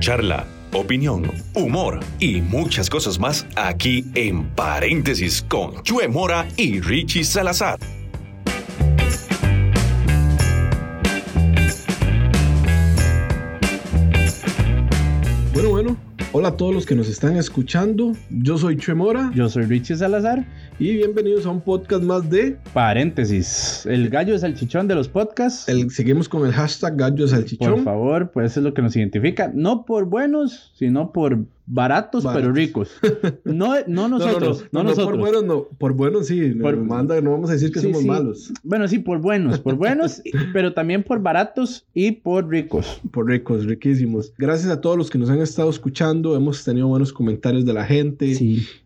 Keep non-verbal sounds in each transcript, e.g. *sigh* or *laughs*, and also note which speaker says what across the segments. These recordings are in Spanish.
Speaker 1: charla, opinión, humor y muchas cosas más aquí en Paréntesis con Chue Mora y Richie Salazar.
Speaker 2: Bueno, bueno, hola a todos los que nos están escuchando. Yo soy Chue Mora
Speaker 3: Yo soy Richie Salazar.
Speaker 2: y bienvenidos a un podcast más de.
Speaker 3: Paréntesis. El gallo es el chichón de los podcasts.
Speaker 2: el- seguimos con el hashtag Gallo de
Speaker 3: Por
Speaker 2: Salchichón.
Speaker 3: favor, pues eso es lo que nos identifica. No por buenos, sino por baratos,
Speaker 2: Baratos.
Speaker 3: pero ricos. No,
Speaker 2: *laughs*
Speaker 3: no nosotros, no,
Speaker 2: por
Speaker 3: nosotros.
Speaker 2: buenos, no. Por buenos sí. nos
Speaker 3: Por-
Speaker 2: manda, no vamos a decir que
Speaker 3: Sí,
Speaker 2: somos
Speaker 3: sí.
Speaker 2: malos.
Speaker 3: Bueno, sí, por
Speaker 2: *laughs*
Speaker 3: buenos, por buenos, y- pero también por baratos y por ricos.
Speaker 2: Por ricos, riquísimos. Gracias a todos los que nos han estado escuchando. Hemos tenido buenos comentarios de la gente.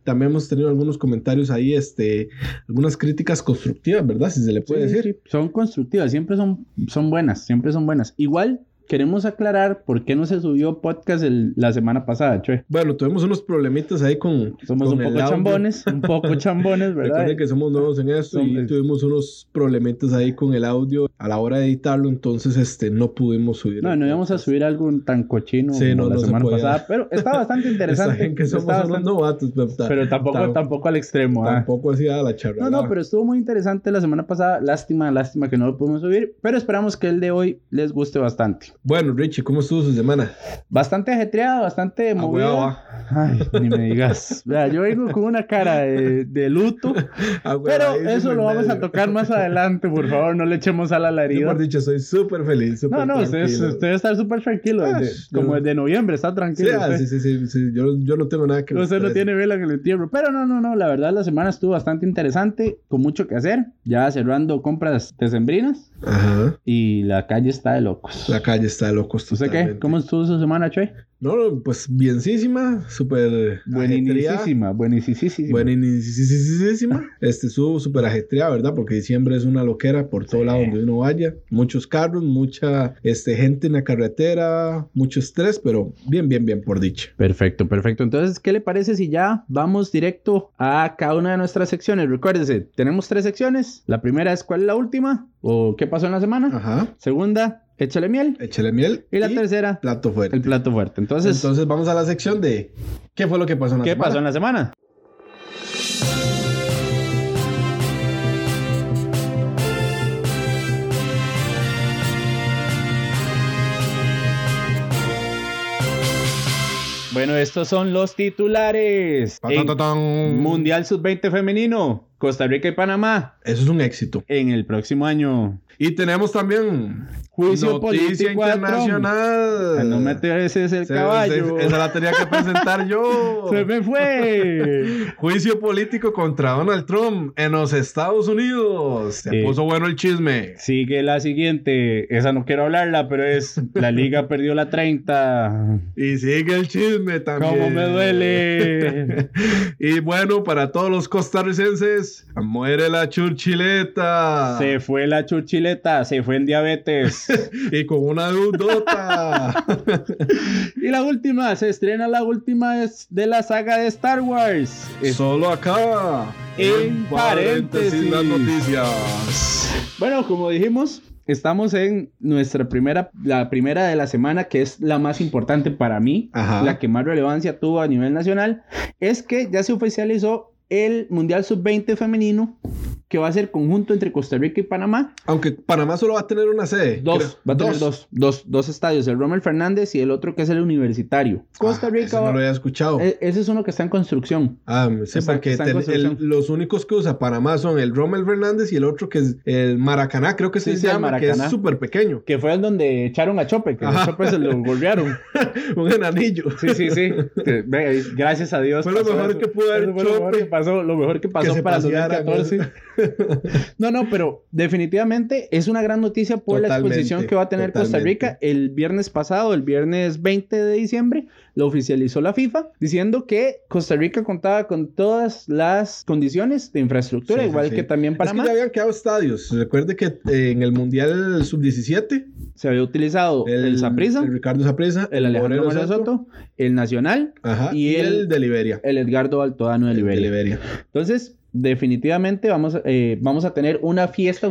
Speaker 2: También hemos tenido algunos comentarios ahí, este, algunas críticas constructivas, ¿verdad? Si se le puede
Speaker 3: Sí,
Speaker 2: decir.
Speaker 3: sí, Son constructivas, siempre son, son buenas, siempre son buenas. Igual queremos aclarar por qué no se subió podcast el- la semana pasada, Chue.
Speaker 2: Bueno, tuvimos unos problemitas ahí con.
Speaker 3: Somos
Speaker 2: con
Speaker 3: un
Speaker 2: el
Speaker 3: poco
Speaker 2: audio.
Speaker 3: chambones,
Speaker 2: *laughs*
Speaker 3: un poco chambones, ¿verdad?
Speaker 2: Recuerden que somos nuevos en esto y
Speaker 3: Somos-
Speaker 2: tuvimos unos problemitas ahí con el audio a la hora de editarlo, entonces este no pudimos subir.
Speaker 3: No, no íbamos a
Speaker 2: pues.
Speaker 3: subir algo tan cochino
Speaker 2: Sí, no,
Speaker 3: como la
Speaker 2: no se
Speaker 3: semana
Speaker 2: podía.
Speaker 3: pasada, pero
Speaker 2: *laughs*
Speaker 3: está bastante interesante.
Speaker 2: Saben que
Speaker 3: está
Speaker 2: somos unos
Speaker 3: bastante-
Speaker 2: novatos, pero,
Speaker 3: pero tampoco,
Speaker 2: tam-
Speaker 3: tampoco al extremo. ah.
Speaker 2: tampoco así a la charla.
Speaker 3: No, no, pero estuvo muy interesante la semana pasada. Lástima, lástima que no lo pudimos subir, pero esperamos que el de hoy les guste bastante.
Speaker 2: Bueno, Richie, ¿cómo estuvo su semana?
Speaker 3: Bastante ajetreado, bastante
Speaker 2: Ah,
Speaker 3: movido.
Speaker 2: huevo,
Speaker 3: Ay, ni me
Speaker 2: *laughs*
Speaker 3: digas. Vea, yo vengo con una cara de, de luto,
Speaker 2: Ah, huevo,
Speaker 3: pero
Speaker 2: ahí
Speaker 3: eso
Speaker 2: súper
Speaker 3: lo vamos a
Speaker 2: medio.
Speaker 3: tocar más adelante, por favor, no le echemos a la
Speaker 2: Yo,
Speaker 3: herida.
Speaker 2: por dicho, soy súper feliz. súper
Speaker 3: No, no, usted,
Speaker 2: tranquilo.
Speaker 3: usted debe estar súper tranquilo.
Speaker 2: Ah,
Speaker 3: desde-
Speaker 2: yo-
Speaker 3: como desde noviembre, está
Speaker 2: Sí,
Speaker 3: tranquilo.
Speaker 2: ah,
Speaker 3: usted.
Speaker 2: sí, sí, sí, sí, Yo, yo no tengo nada que me
Speaker 3: Usted no
Speaker 2: estrese.
Speaker 3: tiene vela en el entierro. Pero no, no, no. La verdad, la semana estuvo bastante interesante, con mucho que hacer. Ya cerrando compras decembrinas
Speaker 2: Ajá.
Speaker 3: y la calle está de locos.
Speaker 2: La calle está de locos.
Speaker 3: ¿Usted qué?
Speaker 2: totalmente.
Speaker 3: ¿Cómo estuvo su semana, Che?
Speaker 2: No, no, pues bienísima, súper. ajetreada.
Speaker 3: Buenísima, buenísima.
Speaker 2: Bueno, iniciísima. Este estuvo súper ajetreado, ¿verdad? Porque diciembre es una loquera por todo
Speaker 3: Sí.
Speaker 2: lado donde uno vaya. Muchos carros, mucha este, gente en la carretera, mucho estrés, pero bien, bien, bien, por dicha.
Speaker 3: Perfecto, perfecto. Entonces, ¿qué le parece si ya vamos directo a cada una de nuestras secciones? Recuérdese, tenemos tres secciones. La primera es ¿cuál es la última? ¿O qué pasó en la semana?
Speaker 2: Ajá.
Speaker 3: Segunda, échale miel.
Speaker 2: Échale miel.
Speaker 3: Y la tercera,
Speaker 2: Plato fuerte.
Speaker 3: el plato fuerte. Entonces,
Speaker 2: Entonces vamos a la sección de ¿qué fue lo que pasó en la
Speaker 3: ¿qué
Speaker 2: semana?
Speaker 3: pasó en la semana? Bueno, estos son los titulares. En
Speaker 2: Patatatán.
Speaker 3: Mundial Sub-20 femenino, Costa Rica y Panamá
Speaker 2: Eso es un éxito.
Speaker 3: en el próximo año.
Speaker 2: Y tenemos también noticia
Speaker 3: Juicio político a Trump.
Speaker 2: internacional.
Speaker 3: Ah, No me atreves el
Speaker 2: Eh, Se-
Speaker 3: caballo.
Speaker 2: se- esa la tenía que presentar yo.
Speaker 3: *laughs* Se
Speaker 2: *laughs*
Speaker 3: me fue.
Speaker 2: Juicio político contra Donald Trump en los Estados Unidos. Se
Speaker 3: Eh.
Speaker 2: puso bueno el chisme.
Speaker 3: Sigue la siguiente. Esa no quiero hablarla, pero es la liga perdió la 30.
Speaker 2: Y sigue el chisme también.
Speaker 3: ¿Cómo me duele?
Speaker 2: y bueno, para todos los costarricenses, muere la churchileta.
Speaker 3: Se fue la churchileta, se fue en diabetes.
Speaker 2: Y con una deudota.
Speaker 3: y la última, se estrena la última es de la saga de Star Wars. *laughs* Es-
Speaker 2: Solo acá.
Speaker 3: En paréntesis.
Speaker 2: las noticias.
Speaker 3: Bueno, como dijimos, estamos en nuestra primera, la primera de la semana, que es la más importante para mí,
Speaker 2: Ajá.
Speaker 3: la que más relevancia tuvo a nivel nacional, es que ya se oficializó el Mundial Sub-20 femenino, que va a ser conjunto entre Costa Rica y Panamá.
Speaker 2: Aunque Panamá solo va a tener una sede.
Speaker 3: Dos,
Speaker 2: creo.
Speaker 3: va a tener dos, dos, dos estadios, el Rommel Fernández y el otro que es el universitario. Costa
Speaker 2: Ah,
Speaker 3: Rica,
Speaker 2: ese no lo había escuchado.
Speaker 3: e- ese es uno que está en construcción.
Speaker 2: Ah, sí,
Speaker 3: Está-
Speaker 2: porque
Speaker 3: está en
Speaker 2: ten- el-
Speaker 3: construcción.
Speaker 2: los únicos que usa Panamá son el Rommel Fernández y el otro que es el Maracaná, creo que
Speaker 3: Sí,
Speaker 2: se
Speaker 3: sí, el
Speaker 2: llama, que es
Speaker 3: Maracaná.
Speaker 2: súper pequeño,
Speaker 3: Que fue el donde echaron a Chope, que a
Speaker 2: Ajá.
Speaker 3: Chope se lo golpearon.
Speaker 2: *laughs* un enanillo.
Speaker 3: Sí, sí, sí. Te- ve, Gracias a Dios.
Speaker 2: Fue lo
Speaker 3: pasó
Speaker 2: mejor que pudo haber
Speaker 3: Eso fue lo
Speaker 2: hecho,
Speaker 3: mejor que
Speaker 2: hombre.
Speaker 3: pasó, lo mejor que pasó
Speaker 2: Que se
Speaker 3: para la
Speaker 2: pasearan,
Speaker 3: 2014. *laughs* No, no, pero definitivamente es una gran noticia por la
Speaker 2: Totalmente,
Speaker 3: exposición que va a tener Costa
Speaker 2: totalmente.
Speaker 3: Rica. El viernes pasado, el viernes 20 de diciembre, lo oficializó la FIFA diciendo que Costa Rica contaba con todas las condiciones de infraestructura,
Speaker 2: Sí, sí,
Speaker 3: igual
Speaker 2: sí.
Speaker 3: que
Speaker 2: *laughs*
Speaker 3: también
Speaker 2: Es que
Speaker 3: Panamá
Speaker 2: ya habían quedado estadios. Recuerde que eh, en el Mundial Sub-17,
Speaker 3: se había utilizado el Saprissa,
Speaker 2: el
Speaker 3: el,
Speaker 2: Ricardo Zaprisa,
Speaker 3: Alejandro Moreno Soto, el Nacional, y
Speaker 2: y, el,
Speaker 3: el-
Speaker 2: de Liberia.
Speaker 3: el Edgardo Altodano de
Speaker 2: De
Speaker 3: Liberia.
Speaker 2: Liberia.
Speaker 3: Entonces, definitivamente vamos, a- eh, vamos a tener una fiesta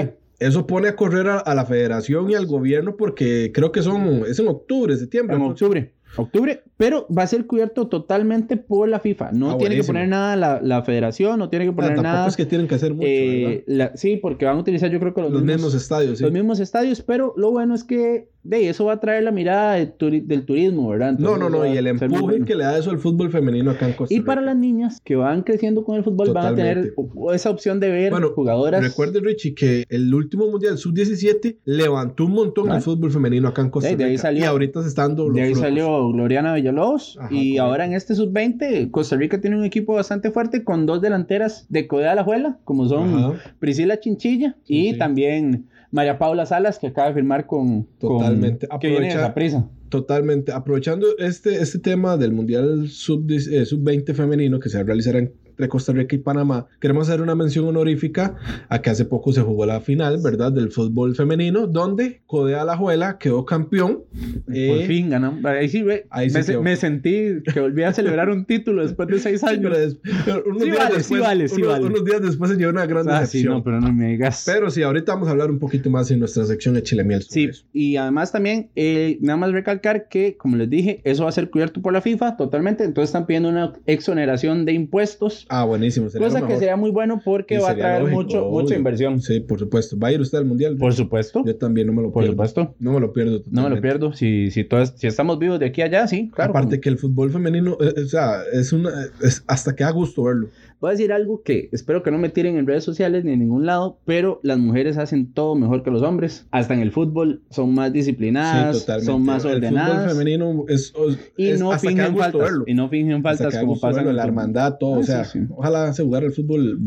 Speaker 2: Eso sí, eso pone a correr a, a la federación y al gobierno porque creo que son, es en octubre, septiembre.
Speaker 3: En
Speaker 2: ¿no?
Speaker 3: octubre. Octubre, pero va a ser cubierto totalmente por la FIFA. No
Speaker 2: Ah,
Speaker 3: tiene que
Speaker 2: buenísimo.
Speaker 3: poner nada la, la federación, no tiene que
Speaker 2: Ah,
Speaker 3: poner
Speaker 2: tampoco
Speaker 3: nada.
Speaker 2: es que tienen que hacer mucho,
Speaker 3: eh,
Speaker 2: ¿verdad?
Speaker 3: la- sí, porque van a utilizar yo creo que los,
Speaker 2: Los
Speaker 3: mismos,
Speaker 2: mismos estadios, sí.
Speaker 3: los mismos estadios, pero lo bueno es que de ahí, eso va a traer la mirada de turi- del turismo, ¿verdad?
Speaker 2: No,
Speaker 3: Entonces,
Speaker 2: no, no.
Speaker 3: va
Speaker 2: Y el
Speaker 3: a ser muy
Speaker 2: empuje
Speaker 3: bueno.
Speaker 2: que le da eso al fútbol femenino acá en Costa
Speaker 3: Y para las
Speaker 2: Rica.
Speaker 3: niñas que van creciendo con el fútbol, van a tener
Speaker 2: Totalmente.
Speaker 3: o- esa opción de ver
Speaker 2: Bueno,
Speaker 3: jugadoras.
Speaker 2: Recuerde, Richie, que el último mundial sub-17 levantó un montón
Speaker 3: Claro.
Speaker 2: el fútbol femenino acá en Costa
Speaker 3: Ah. De ahí-
Speaker 2: Rica.
Speaker 3: de ahí salió-
Speaker 2: y ahorita se están dando los
Speaker 3: De ahí
Speaker 2: frutos.
Speaker 3: salió Gloriana Villalobos.
Speaker 2: Ajá,
Speaker 3: y
Speaker 2: correcto.
Speaker 3: ahora en este sub-20, Costa Rica tiene un equipo bastante fuerte con dos delanteras de Codea la Juela, como son
Speaker 2: Ajá,
Speaker 3: Priscila Chinchilla y
Speaker 2: sí.
Speaker 3: también María Paula Salas, que acaba de firmar con. con-
Speaker 2: Totalmente.
Speaker 3: que viene de
Speaker 2: Aprovecha-
Speaker 3: Saprissa.
Speaker 2: totalmente. Aprovechando este, este tema del mundial sub-10 eh, sub-20 femenino que se realizará entre Costa Rica y Panamá, queremos hacer una mención honorífica a que hace poco se jugó la final, ¿verdad? Del fútbol femenino, donde Codea Alajuela quedó campeón.
Speaker 3: Por
Speaker 2: eh,
Speaker 3: fin ganamos. Ahí sí, ve,
Speaker 2: Ahí sí
Speaker 3: me, se-
Speaker 2: quedó.
Speaker 3: me sentí que volví a celebrar un título después de seis
Speaker 2: Sí, pero
Speaker 3: años.
Speaker 2: des- pero unos
Speaker 3: Sí
Speaker 2: días
Speaker 3: vale, sí
Speaker 2: después-
Speaker 3: vale, sí
Speaker 2: unos-
Speaker 3: vale.
Speaker 2: unos días después se llevó una gran
Speaker 3: Ah, sí,
Speaker 2: decepción.
Speaker 3: no, pero no me digas.
Speaker 2: Pero sí, ahorita vamos a hablar un poquito más en nuestra sección de Chile Miel. sobre
Speaker 3: Sí,
Speaker 2: eso.
Speaker 3: y además también, eh, nada más recalcar que, como les dije, eso va a ser cubierto por la FIFA totalmente, entonces están pidiendo una exoneración de impuestos,
Speaker 2: Ah, buenísimo. sería
Speaker 3: cosa
Speaker 2: lo
Speaker 3: que
Speaker 2: mejor.
Speaker 3: sería muy bueno porque
Speaker 2: Y
Speaker 3: va a
Speaker 2: sería
Speaker 3: traer
Speaker 2: lógico,
Speaker 3: mucho,
Speaker 2: obvio.
Speaker 3: mucha inversión.
Speaker 2: Sí, por supuesto. ¿Va a ir usted al mundial?
Speaker 3: Por supuesto,
Speaker 2: Yo también no me lo
Speaker 3: por
Speaker 2: pierdo.
Speaker 3: supuesto,
Speaker 2: No me lo pierdo.
Speaker 3: no me lo
Speaker 2: totalmente.
Speaker 3: pierdo, si, si, todas- si estamos vivos de aquí a allá, sí, claro.
Speaker 2: Aparte que el fútbol femenino, eh, eh, o sea, es una, es hasta que da gusto verlo.
Speaker 3: Voy a decir algo que espero que no me tiren en redes sociales ni en ningún lado, pero las mujeres hacen todo mejor que los hombres, hasta en el fútbol son más disciplinadas, Ah, son más
Speaker 2: El fútbol
Speaker 3: ordenadas.
Speaker 2: femenino es, es-
Speaker 3: Y
Speaker 2: es
Speaker 3: no,
Speaker 2: hasta que da
Speaker 3: fingen
Speaker 2: gusto
Speaker 3: faltas,
Speaker 2: verlo.
Speaker 3: y no fingen
Speaker 2: Hasta
Speaker 3: faltas
Speaker 2: que da
Speaker 3: como
Speaker 2: gusto
Speaker 3: pasa en
Speaker 2: verlo,
Speaker 3: el
Speaker 2: la
Speaker 3: fútbol.
Speaker 2: hermandad, todo.
Speaker 3: Ah,
Speaker 2: o sea,
Speaker 3: sí, sí.
Speaker 2: ojalá se jugara el fútbol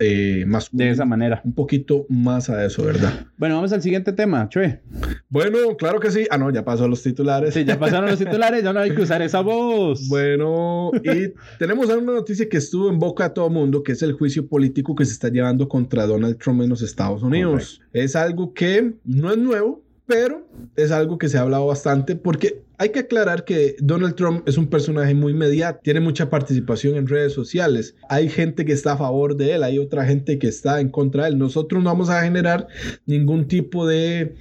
Speaker 2: eh,
Speaker 3: de esa
Speaker 2: masculino
Speaker 3: manera.
Speaker 2: un poquito más a eso, ¿verdad?
Speaker 3: Bueno, vamos al siguiente tema, Chue.
Speaker 2: Bueno, claro que sí. Ah, no, ya pasó a los titulares.
Speaker 3: Sí, ya pasaron los titulares, ya no hay que usar esa voz.
Speaker 2: Bueno, y tenemos ahora una noticia que estuvo en boca a todo mundo, que es el juicio político que se está llevando contra Donald Trump en los Estados Unidos. Es algo que no es nuevo, pero es algo que se ha hablado bastante porque hay que aclarar que Donald Trump es un personaje muy mediático, tiene mucha participación en redes sociales. Hay gente que está a favor de él, hay otra gente que está en contra de él. Nosotros no vamos a generar ningún tipo de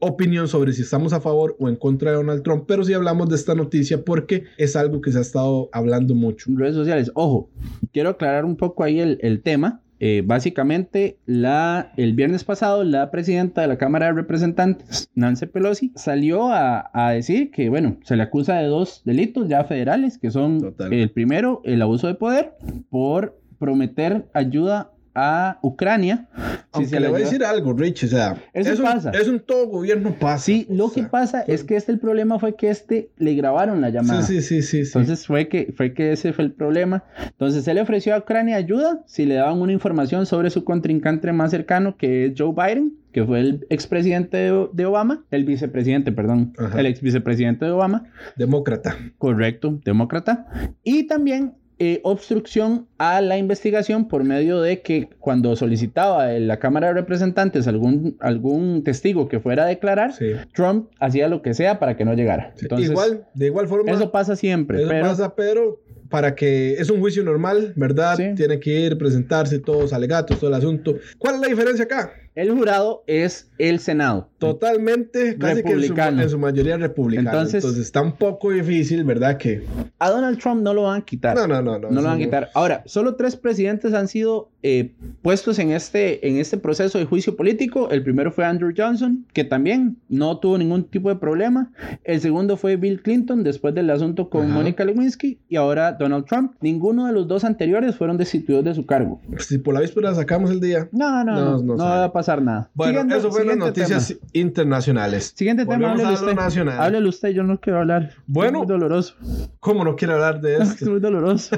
Speaker 2: opinión sobre si estamos a favor o en contra de Donald Trump, pero sí hablamos de esta noticia porque es algo que se ha estado hablando mucho.
Speaker 3: redes sociales. Ojo, quiero aclarar un poco ahí el, el tema. Eh, básicamente, la, el viernes pasado, la presidenta de la Cámara de Representantes, Nancy Pelosi, salió a, a decir que, bueno, se le acusa de dos delitos ya federales, que son
Speaker 2: Total.
Speaker 3: el primero, el abuso de poder por prometer ayuda a Ucrania. Si
Speaker 2: Aunque
Speaker 3: se
Speaker 2: le
Speaker 3: la
Speaker 2: voy a
Speaker 3: ayuda-
Speaker 2: decir algo, Rich, o sea,
Speaker 3: Eso
Speaker 2: es un-
Speaker 3: pasa.
Speaker 2: es un todo gobierno pasa.
Speaker 3: Sí,
Speaker 2: o
Speaker 3: lo que
Speaker 2: sea.
Speaker 3: pasa es que este el problema fue que este le grabaron la llamada.
Speaker 2: Sí, sí, sí, sí. sí.
Speaker 3: Entonces fue que, fue que ese fue el problema. Entonces él ofreció a Ucrania ayuda si le daban una información sobre su contrincante más cercano, que es Joe Biden, que fue el expresidente de, de Obama, el vicepresidente, perdón,
Speaker 2: Ajá.
Speaker 3: el ex vicepresidente de Obama,
Speaker 2: Demócrata.
Speaker 3: correcto, demócrata, y también eh, obstrucción a la investigación por medio de que cuando solicitaba en la Cámara de Representantes algún, algún testigo que fuera a declarar,
Speaker 2: Sí.
Speaker 3: Trump hacía lo que sea para que no llegara.
Speaker 2: Sí.
Speaker 3: Entonces,
Speaker 2: igual, de igual forma,
Speaker 3: eso pasa siempre,
Speaker 2: eso
Speaker 3: pero
Speaker 2: pasa, pero para que es un juicio normal, ¿verdad?
Speaker 3: Sí.
Speaker 2: Tiene que ir, presentarse todos alegatos, todo el asunto. ¿Cuál es la diferencia acá?
Speaker 3: el jurado es el Senado.
Speaker 2: Totalmente, casi que en su,
Speaker 3: Republicano.
Speaker 2: en su mayoría republicano.
Speaker 3: Entonces-
Speaker 2: Entonces, está un poco difícil, ¿verdad? Que
Speaker 3: A Donald Trump no lo van a quitar.
Speaker 2: no, no, no, no,
Speaker 3: no lo
Speaker 2: eso
Speaker 3: van a quitar. Ahora, solo tres presidentes han sido eh, puestos en este, en este proceso de juicio político. El primero fue Andrew Johnson, que también no tuvo ningún tipo de problema. El segundo fue Bill Clinton, después del asunto con
Speaker 2: Ajá.
Speaker 3: Mónica Lewinsky. Y ahora Donald Trump. Ninguno de los dos anteriores fueron destituidos de su cargo.
Speaker 2: Si por la víspera sacamos el día.
Speaker 3: No, no, no.
Speaker 2: No,
Speaker 3: No,
Speaker 2: no sabe.
Speaker 3: va a pasar nada.
Speaker 2: Bueno,
Speaker 3: Siguiente-
Speaker 2: eso fueron
Speaker 3: siguiente
Speaker 2: noticias
Speaker 3: tema.
Speaker 2: internacionales.
Speaker 3: Siguiente tema,
Speaker 2: Volvemos
Speaker 3: háblelo
Speaker 2: a lo
Speaker 3: usted.
Speaker 2: nacional.
Speaker 3: Háblelo usted, yo no quiero hablar.
Speaker 2: Bueno.
Speaker 3: Es muy doloroso.
Speaker 2: ¿Cómo no quiero hablar de
Speaker 3: *laughs* Es
Speaker 2: esto? *laughs*
Speaker 3: muy doloroso.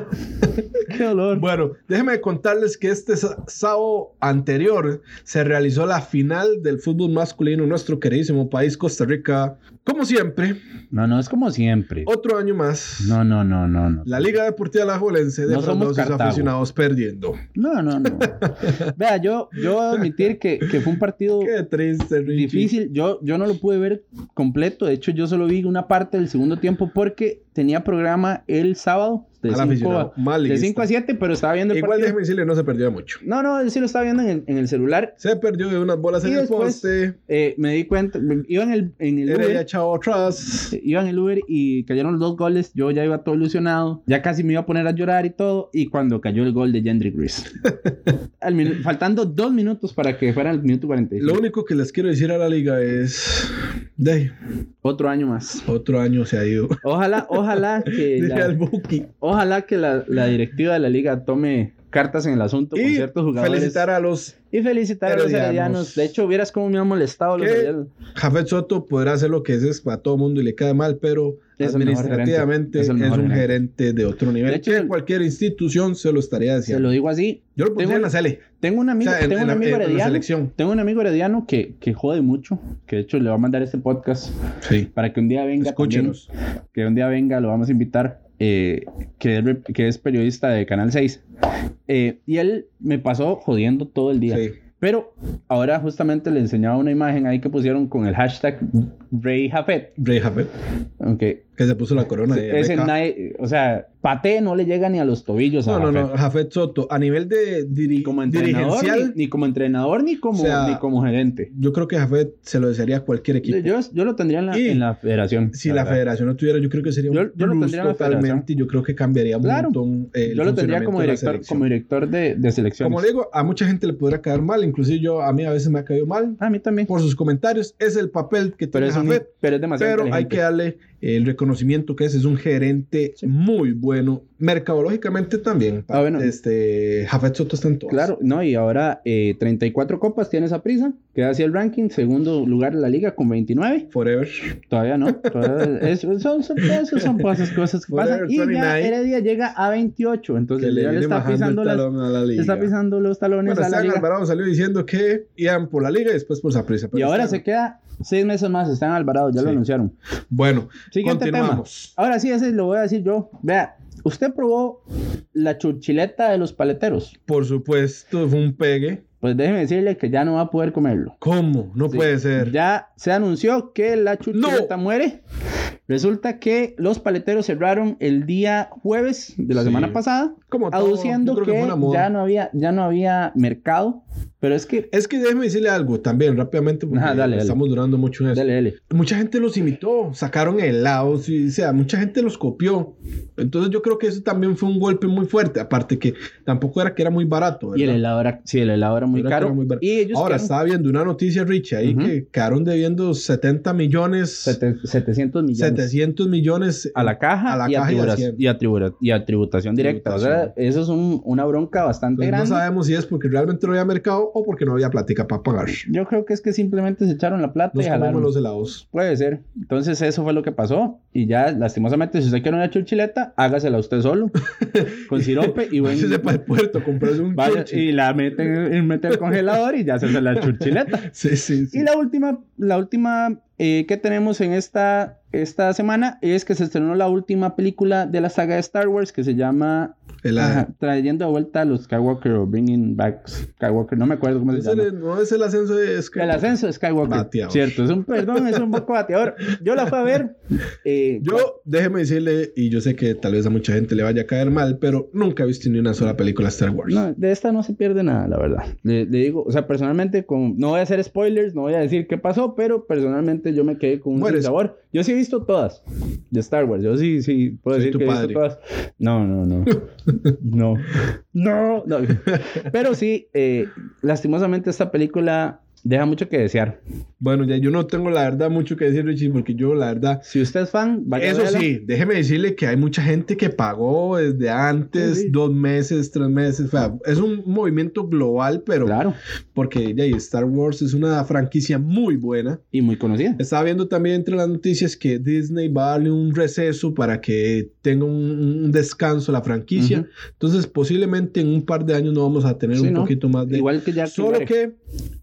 Speaker 3: Qué dolor.
Speaker 2: Bueno, déjenme contarles que este sa- sábado anterior se realizó la final del fútbol masculino en nuestro queridísimo país, Costa Rica. Como siempre,
Speaker 3: No, no, es como siempre.
Speaker 2: otro año más.
Speaker 3: No, no, no, no, no.
Speaker 2: Oh. La Liga Deportiva La Jolense de
Speaker 3: No somos
Speaker 2: sus
Speaker 3: Cartago.
Speaker 2: aficionados perdiendo.
Speaker 3: No, no,
Speaker 2: *laughs*
Speaker 3: no. Vea, yo, yo voy a admitir que, que fue un partido
Speaker 2: Qué triste, Richie.
Speaker 3: difícil. Yo, yo no lo pude ver completo. De hecho, yo solo vi una parte del segundo tiempo porque tenía programa el sábado de
Speaker 2: Mal
Speaker 3: 5
Speaker 2: aficionado,
Speaker 3: a,
Speaker 2: mal
Speaker 3: de
Speaker 2: liguista.
Speaker 3: cinco a 7, pero estaba viendo el
Speaker 2: Igual
Speaker 3: partido.
Speaker 2: déjeme decirle, no se perdió mucho.
Speaker 3: No, no, él sí lo estaba viendo en el, en el celular.
Speaker 2: Se perdió de unas bolas
Speaker 3: Y
Speaker 2: en el
Speaker 3: después,
Speaker 2: poste.
Speaker 3: Eh, me di cuenta, iba en el, en el
Speaker 2: Era ya
Speaker 3: Uber,
Speaker 2: echado atrás.
Speaker 3: iba en el Uber y cayeron los dos goles. Yo ya iba todo ilusionado, ya casi me iba a poner a llorar y todo. Y cuando cayó el gol de
Speaker 2: *laughs*
Speaker 3: Jendry Grease, Al minu- faltando dos minutos para que fuera el minuto 45.
Speaker 2: Lo único que les quiero decir a la liga es. De ahí,
Speaker 3: Otro año más.
Speaker 2: otro año se ha
Speaker 3: *laughs*
Speaker 2: ido.
Speaker 3: Ojalá, ojalá que.
Speaker 2: *laughs* Dile
Speaker 3: la-
Speaker 2: al Buki.
Speaker 3: Ojalá que la, la directiva de la liga tome cartas en el asunto con
Speaker 2: Y
Speaker 3: ciertos jugadores.
Speaker 2: felicitar a los.
Speaker 3: y felicitar a los
Speaker 2: heredianos.
Speaker 3: heredianos. De hecho, vieras cómo me han molestado los
Speaker 2: ¿Qué?
Speaker 3: heredianos.
Speaker 2: Jafet Soto podrá hacer lo que es, es para todo mundo y le cae mal, pero
Speaker 3: Es el mejor gerente.
Speaker 2: administrativamente
Speaker 3: Es
Speaker 2: es,
Speaker 3: el mejor
Speaker 2: un
Speaker 3: gerente.
Speaker 2: gerente de otro nivel.
Speaker 3: De hecho,
Speaker 2: que
Speaker 3: el-
Speaker 2: cualquier institución se lo estaría
Speaker 3: Se
Speaker 2: diciendo.
Speaker 3: lo digo así.
Speaker 2: Yo lo puse
Speaker 3: Tengo-
Speaker 2: en la sele.
Speaker 3: Tengo un
Speaker 2: O
Speaker 3: amigo,
Speaker 2: sea, en,
Speaker 3: tengo
Speaker 2: en
Speaker 3: un
Speaker 2: la,
Speaker 3: amigo
Speaker 2: en la
Speaker 3: herediano.
Speaker 2: selección.
Speaker 3: Tengo un amigo herediano que, que jode mucho, que de hecho le va a mandar este podcast
Speaker 2: Sí.
Speaker 3: para que un día venga. también,
Speaker 2: Escúchenos.
Speaker 3: que un día venga, lo vamos a invitar, eh, que, es, rep- que es periodista de Canal 6. Eh, y él me pasó jodiendo todo el día.
Speaker 2: Sí.
Speaker 3: Pero ahora justamente le enseñaba una imagen ahí que pusieron con el hashtag Rey Jafet.
Speaker 2: Rey Jafet,
Speaker 3: Aunque
Speaker 2: que se
Speaker 3: Eh,
Speaker 2: puso la corona. de
Speaker 3: ese
Speaker 2: RK.
Speaker 3: nadie- o sea, Pate no le llega ni a los tobillos. a
Speaker 2: No, no,
Speaker 3: Jafet.
Speaker 2: no. Jafet Soto, a nivel de diri-
Speaker 3: Ni como entrenador,
Speaker 2: dirigencial,
Speaker 3: ni, ni como entrenador, ni como,
Speaker 2: O sea,
Speaker 3: ni como gerente.
Speaker 2: yo creo que Jafet se lo desearía a cualquier equipo.
Speaker 3: Yo, yo lo tendría en la,
Speaker 2: Y
Speaker 3: en la federación.
Speaker 2: si la
Speaker 3: verdad.
Speaker 2: federación lo tuviera, yo creo que sería un
Speaker 3: Yo- yo lo
Speaker 2: plus
Speaker 3: tendría en la
Speaker 2: totalmente.
Speaker 3: federación.
Speaker 2: y Yo creo que cambiaría un
Speaker 3: Claro.
Speaker 2: montón eh, el
Speaker 3: Yo lo tendría
Speaker 2: funcionamiento
Speaker 3: como
Speaker 2: de la
Speaker 3: director,
Speaker 2: selección.
Speaker 3: como director de, de selecciones.
Speaker 2: Como le digo, a mucha gente le podrá caer mal, inclusive yo, a mí a veces me ha caído mal
Speaker 3: Ah, a mí también.
Speaker 2: por sus comentarios. Es el papel que
Speaker 3: Pero
Speaker 2: tiene
Speaker 3: es, un-
Speaker 2: Jafet,
Speaker 3: pero es demasiado
Speaker 2: pero hay que
Speaker 3: inteligente.
Speaker 2: darle el reconocimiento que es. Es un gerente muy bueno, mercadológicamente también.
Speaker 3: Ah, bueno.
Speaker 2: Este, Jafet Soto está en todo.
Speaker 3: Claro, no, y ahora eh, 34 copas tiene esa prisa. Queda así el ranking, segundo lugar en la liga con 29.
Speaker 2: Forever.
Speaker 3: Todavía no.
Speaker 2: *laughs*
Speaker 3: todavía- es- son, son, esas son cosas, cosas que pasan. Y ya
Speaker 2: 29.
Speaker 3: Heredia llega a 28.
Speaker 2: Que
Speaker 3: Entonces
Speaker 2: le
Speaker 3: ya le
Speaker 2: viene
Speaker 3: está
Speaker 2: bajando el
Speaker 3: pisando, las-
Speaker 2: talón a la
Speaker 3: le
Speaker 2: liga.
Speaker 3: está pisando los talones
Speaker 2: Bueno,
Speaker 3: a la
Speaker 2: Esteban
Speaker 3: liga.
Speaker 2: Alvarado salió diciendo que iban por la liga y después por Saprissa.
Speaker 3: Y ahora se queda seis meses más. Están Alvarado, ya lo
Speaker 2: Sí.
Speaker 3: anunciaron.
Speaker 2: Bueno,
Speaker 3: Siguiente tema.
Speaker 2: continuamos.
Speaker 3: Ahora sí, ese lo voy a decir yo. Vea, usted probó la chuchileta de los paleteros.
Speaker 2: Por supuesto, fue un pegue.
Speaker 3: Pues déjeme decirle que ya no va a poder comerlo.
Speaker 2: ¿Cómo? No
Speaker 3: Sí.
Speaker 2: puede ser.
Speaker 3: Ya se anunció que la chuchuleta muere. Resulta que los paleteros cerraron el día jueves de la
Speaker 2: Sí.
Speaker 3: semana pasada,
Speaker 2: Como todo,
Speaker 3: aduciendo
Speaker 2: yo creo
Speaker 3: que,
Speaker 2: que fue una moda.
Speaker 3: ya, no había, ya no había mercado. Pero es que,
Speaker 2: Es que déjeme decirle algo también rápidamente porque
Speaker 3: Ajá, dale, dale.
Speaker 2: estamos durando mucho en eso.
Speaker 3: dale, dale.
Speaker 2: Mucha gente los imitó, sacaron helados, y, o sea, mucha gente los copió. Entonces yo creo que eso también fue un golpe muy fuerte, aparte que tampoco era que era muy barato.
Speaker 3: Y el
Speaker 2: ¿verdad?
Speaker 3: helado era, sí, el helado era muy
Speaker 2: Era que
Speaker 3: caro.
Speaker 2: era muy barato.
Speaker 3: y ellos
Speaker 2: Ahora
Speaker 3: quedaron
Speaker 2: estaba viendo una noticia, Rich, ahí
Speaker 3: Ujú.
Speaker 2: que quedaron debiendo 70 millones,
Speaker 3: sete- 700 millones.
Speaker 2: 700 millones
Speaker 3: a la caja,
Speaker 2: a la
Speaker 3: y, a
Speaker 2: caja y a
Speaker 3: tribura-
Speaker 2: Hacienda.
Speaker 3: y a tribura- y a tributación directa. O sea,
Speaker 2: Tributación.
Speaker 3: eso es un- una bronca bastante
Speaker 2: Entonces, Pues no
Speaker 3: grande.
Speaker 2: sabemos si es porque realmente no había mercado o porque no había plática para pagar.
Speaker 3: Yo creo que es que simplemente se echaron la plata
Speaker 2: Nos
Speaker 3: y
Speaker 2: comemos
Speaker 3: jalaron.
Speaker 2: los helados.
Speaker 3: Puede ser. Entonces, eso fue lo que pasó. Y ya, lastimosamente, si usted quiere una chulchileta, hágasela usted
Speaker 2: *laughs*
Speaker 3: solo. con sirope y buen.
Speaker 2: Váyase para el puerto, comprarse un
Speaker 3: vaya-
Speaker 2: churchi.
Speaker 3: y la meten en mete al congelador y ya se hace la chulchileta.
Speaker 2: *laughs* Sí, sí, sí.
Speaker 3: Y la última, la última eh, que tenemos en esta, esta semana es que se estrenó la última película de la saga de Star Wars que se llama
Speaker 2: El-
Speaker 3: Ajá, trayendo de vuelta a los Skywalker o Bringing Back Skywalker, no me acuerdo cómo se
Speaker 2: Ese
Speaker 3: llama.
Speaker 2: le- no es el ascenso de es que-
Speaker 3: El ascenso de Skywalker.
Speaker 2: Bateador.
Speaker 3: Cierto, es un perdón, es un poco bateador. Yo la fui a ver. eh,
Speaker 2: Yo, déjeme decirle, y yo sé que tal vez a mucha gente le vaya a caer mal, pero nunca he visto ni una sola película Star Wars.
Speaker 3: no, de esta no se pierde nada, la verdad. Le, le digo, o sea, personalmente, con, no voy a hacer spoilers, no voy a decir qué pasó, pero personalmente yo me quedé con un
Speaker 2: Mueres.
Speaker 3: sabor. Yo sí he visto todas de Star Wars. Yo sí, sí, puedo
Speaker 2: Soy
Speaker 3: decir
Speaker 2: tu
Speaker 3: que he visto
Speaker 2: padre.
Speaker 3: todas. No,
Speaker 2: *laughs*
Speaker 3: no, no. No. No. no. Pero sí, eh, lastimosamente esta película deja mucho que desear.
Speaker 2: Bueno, ya yo no tengo la verdad mucho que decir, Richie, porque yo la verdad...
Speaker 3: Si usted es fan, vaya a
Speaker 2: Eso
Speaker 3: verla.
Speaker 2: sí, déjeme decirle que hay mucha gente que pagó desde antes,
Speaker 3: Sí, sí.
Speaker 2: dos meses, tres meses. o sea, es un movimiento global, pero
Speaker 3: Claro,
Speaker 2: porque ya, y Star Wars es una franquicia muy buena.
Speaker 3: y muy conocida.
Speaker 2: Estaba viendo también entre las noticias que Disney va a darle un receso para que tenga un, un descanso la franquicia.
Speaker 3: Ujú.
Speaker 2: Entonces, posiblemente en un par de años no vamos a tener
Speaker 3: Sí,
Speaker 2: un
Speaker 3: ¿no?
Speaker 2: poquito más de.
Speaker 3: Igual que ya
Speaker 2: Solo que